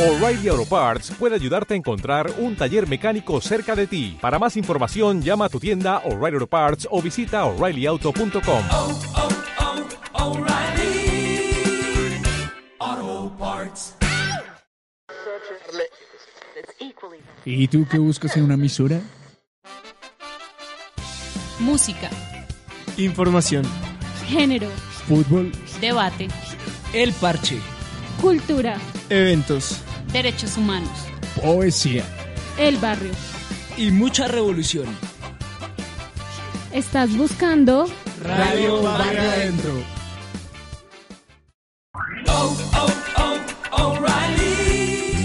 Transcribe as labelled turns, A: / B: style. A: O'Reilly Auto Parts puede ayudarte a encontrar un taller mecánico cerca de ti. Para más información, llama a tu tienda O'Reilly Auto Parts o visita oreillyauto.com.
B: O'Reilly Auto Parts.
C: ¿Y tú qué buscas en una emisora?
D: Música,
E: Información.
D: género,
C: Fútbol,
D: debate,
E: El parche.
D: cultura,
E: Eventos.
D: derechos humanos,
C: poesía.
D: el barrio.
E: Y mucha revolución.
D: ¿Estás buscando?
E: Radio Vaga
C: adentro.
B: O'Reilly.